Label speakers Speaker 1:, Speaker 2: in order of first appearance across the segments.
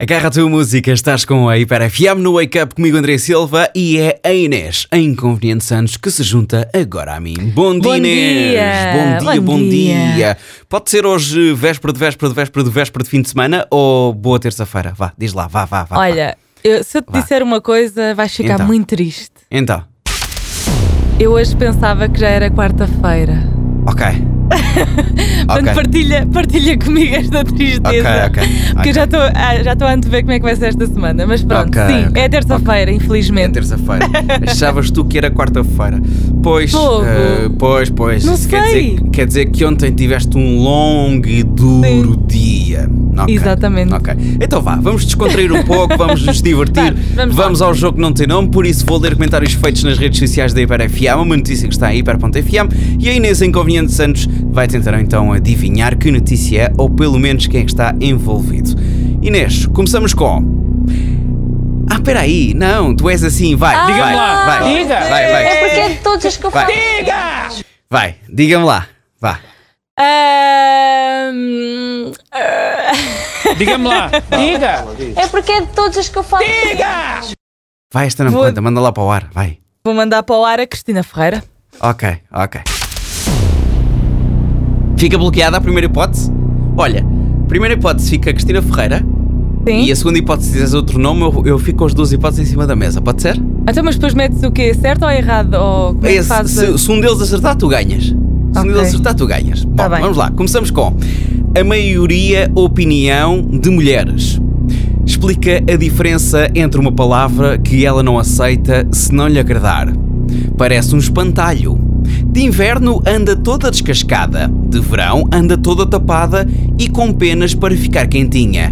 Speaker 1: Agarra a tua música, estás com a Hiper FM no Wake Up comigo, André Silva, e é a Inês, a Inconveniente Santos, que se junta agora a mim. Bom dia,
Speaker 2: Bom
Speaker 1: Inês!
Speaker 2: dia!
Speaker 1: Bom dia,
Speaker 2: Bom
Speaker 1: bom dia.
Speaker 2: dia.
Speaker 1: Pode ser hoje véspera de véspera de véspera de véspera de fim de semana ou boa terça-feira? Vá, diz lá, vá, vá, vá. vá.
Speaker 2: Olha, eu- se eu te
Speaker 1: Vá.
Speaker 2: disser uma coisa, vais ficar
Speaker 1: Então.
Speaker 2: muito triste.
Speaker 1: Então,
Speaker 2: Eu hoje pensava que já era quarta-feira.
Speaker 1: ok.
Speaker 2: Portanto,
Speaker 1: ok,
Speaker 2: partilha, partilha comigo esta
Speaker 1: ok,
Speaker 2: tristeza.
Speaker 1: ok.
Speaker 2: Porque
Speaker 1: ok.
Speaker 2: eu já estou a- já estou a antever como é que vai ser esta semana. Mas pronto,
Speaker 1: Ok,
Speaker 2: sim,
Speaker 1: ok,
Speaker 2: é terça-feira,
Speaker 1: É
Speaker 2: infelizmente.
Speaker 1: terça-feira. Achavas tu que era quarta-feira. Pois,
Speaker 2: Fogo.
Speaker 1: eh, pois, pois.
Speaker 2: Não
Speaker 1: Isso Quer
Speaker 2: sei.
Speaker 1: dizer, quer dizer que ontem tiveste um longo e duro dia. Ok,
Speaker 2: Exatamente.
Speaker 1: Ok. Então vá, vamos descontrair um pouco, vamos nos divertir.
Speaker 2: Vamos, vamos lá.
Speaker 1: ao jogo que não tem nome, por isso vou ler comentários feitos nas redes sociais da Hiper FM, uma notícia que está em hiper.fm e a Inês Inconveniente Santos vai tentar então adivinhar que notícia é ou pelo menos quem é que está envolvido. Inês, começamos com. Ah, peraí, não, tu és assim, vai,
Speaker 2: Ah,
Speaker 1: diga-me lá, vai,
Speaker 3: diga.
Speaker 1: vai, vai,
Speaker 4: É porque é de todos os que eu
Speaker 1: Vai.
Speaker 4: falo.
Speaker 1: vai, diga-me lá, vá.
Speaker 2: Ahm, ah,
Speaker 3: Diga-me lá, diga!
Speaker 4: É porque é de todos os que eu falo.
Speaker 1: Vai, esta não
Speaker 2: Vou-
Speaker 1: conta, manda lá para o ar, vai.
Speaker 2: vou mandar para o ar a Cristina Ferreira.
Speaker 1: Ok, ok. Fica bloqueada a primeira hipótese? Olha, primeira hipótese fica Cristina Ferreira
Speaker 2: Sim.
Speaker 1: e a segunda hipótese, se dizes outro nome, eu, eu fico com as duas hipóteses em cima da mesa, pode ser?
Speaker 2: Então, mas depois metes o quê? Certo ou errado? Ou como é que
Speaker 1: Esse-
Speaker 2: fazes?
Speaker 1: se, se um deles acertar, tu ganhas. Se um
Speaker 2: Ok.
Speaker 1: deles acertar, tu ganhas. Bom,
Speaker 2: Tá bem.
Speaker 1: vamos lá, começamos com a maioria opinião de mulheres. Explica a diferença entre uma palavra que ela não aceita se não lhe agradar. Parece um espantalho. De inverno anda toda descascada, de verão anda toda tapada e com penas para ficar quentinha.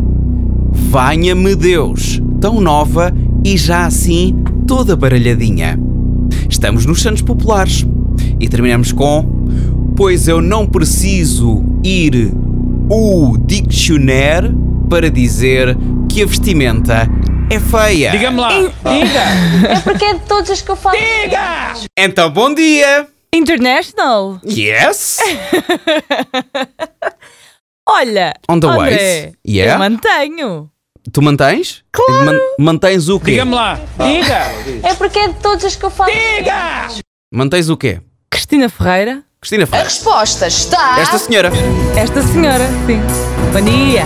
Speaker 1: Vanha-me Deus, tão nova e já assim toda baralhadinha. Estamos nos Santos Populares e terminamos com Pois eu não preciso ir o dicionário para dizer que a vestimenta é feia.
Speaker 3: Diga-me lá, diga!
Speaker 4: É porque é de todos os que eu falo.
Speaker 1: Então bom dia!
Speaker 2: International?
Speaker 1: Yes!
Speaker 2: Olha,
Speaker 1: On the
Speaker 2: André,
Speaker 1: ways. Yeah.
Speaker 2: eu mantenho.
Speaker 1: Tu mantens? Claro! mantens o quê?
Speaker 3: Diga-me lá, diga!
Speaker 4: É porque é de todos os que eu falo.
Speaker 1: Mantens o quê?
Speaker 2: Cristina Ferreira,
Speaker 1: Cristina Ferreira.
Speaker 4: Resposta está.
Speaker 1: Esta senhora. Tá
Speaker 2: esta senhora, sim. Mania.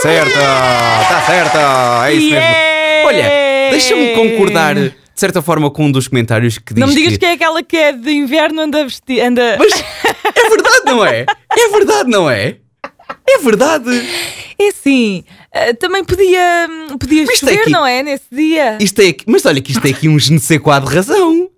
Speaker 1: Certo! Está certo! É isso mesmo. Olha, deixa-me concordar de certa forma com um dos comentários que diz
Speaker 2: Não me digas que... é aquela que é de inverno anda vestir, anda
Speaker 1: Mas é verdade, não é? É verdade, não é? É verdade!
Speaker 2: É assim, eh, também podia, hum, podia
Speaker 1: Mas tem
Speaker 2: chover,
Speaker 1: aqui-
Speaker 2: não é? Nesse dia.
Speaker 1: Isto é aqui- mas olha que isto tem aqui uns não sei qual de razão.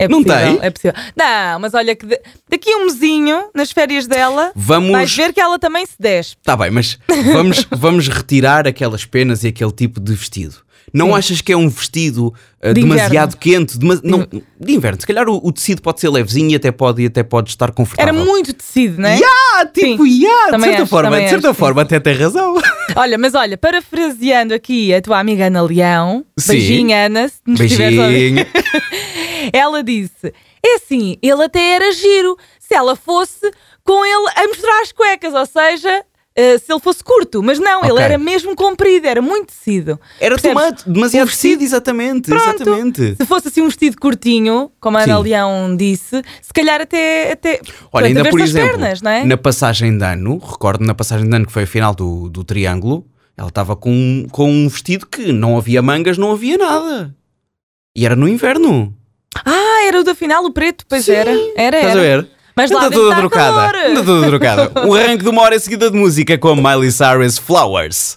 Speaker 2: É
Speaker 1: não
Speaker 2: possível,
Speaker 1: tem?
Speaker 2: É possível. Não, mas olha que de- daqui a um mesinho, nas férias dela, vais
Speaker 1: Vamos.
Speaker 2: ver que ela também se despe.
Speaker 1: Está bem, mas vamos, vamos retirar aquelas penas e aquele tipo de vestido. Não achas que é um vestido ah,
Speaker 2: De
Speaker 1: demasiado quente? dema- não, de inverno. Se calhar o, o tecido pode ser levezinho e até pode, e até pode estar
Speaker 2: Era
Speaker 1: confortável.
Speaker 2: muito tecido, não é?
Speaker 1: Ah, tipo, yeah, de
Speaker 2: Também
Speaker 1: certa
Speaker 2: acho,
Speaker 1: forma,
Speaker 2: também
Speaker 1: de certa
Speaker 2: acho, sim.
Speaker 1: forma até tem razão.
Speaker 2: Olha, mas olha, parafraseando aqui a tua amiga Ana Leão,
Speaker 1: Sim.
Speaker 2: beijinha Ana, se nos estiveres a ouvir,
Speaker 1: Beijinho.
Speaker 2: ela disse: é assim, ele até era giro se ela fosse com ele a mostrar as cuecas, ou seja, eh, se ele fosse curto, mas não, ele
Speaker 1: Ok.
Speaker 2: era mesmo comprido, era muito tecido.
Speaker 1: Era
Speaker 2: Percebes?
Speaker 1: tomate, demasiado
Speaker 2: O vestido-
Speaker 1: vestido, exatamente.
Speaker 2: Pronto.
Speaker 1: Exatamente.
Speaker 2: Se fosse assim um vestido curtinho, como a Ana
Speaker 1: Sim.
Speaker 2: Leão disse, se calhar até. até
Speaker 1: Olha,
Speaker 2: portanto, a
Speaker 1: ainda
Speaker 2: ver-se
Speaker 1: por
Speaker 2: as
Speaker 1: exemplo,
Speaker 2: pernas, não é?
Speaker 1: na passagem de ano, recordo na passagem de ano que foi a final do, do Triângulo, ela estava com, um- com um vestido que não havia mangas, não havia nada. E era no inverno.
Speaker 2: Ah, era o da final, o preto, pois era. Era,
Speaker 1: Estás a
Speaker 2: era.
Speaker 1: ver?
Speaker 2: Mas lá
Speaker 1: Anda
Speaker 2: dentro
Speaker 1: toda
Speaker 2: está
Speaker 1: trocada.
Speaker 2: calor.
Speaker 1: é Anda toda trocada. Um arranque de uma hora seguida de música com a Miley Cyrus Flowers.